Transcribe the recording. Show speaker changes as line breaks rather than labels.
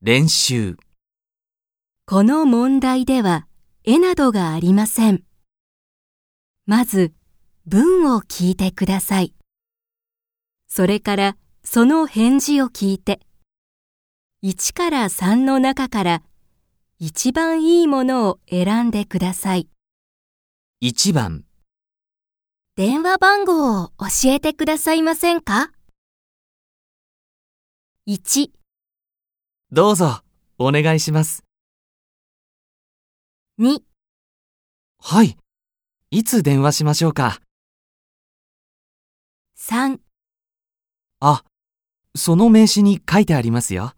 練習、
この問題では、絵などがありません。まず、文を聞いてください。それから、その返事を聞いて、1から3の中から、一番いいものを選んでください。
1番、
電話番号を教えてくださいませんか ?1、
どうぞ、お願いします。
2、
はい、いつ電話しましょうか。
3。
あ、その名刺に書いてありますよ。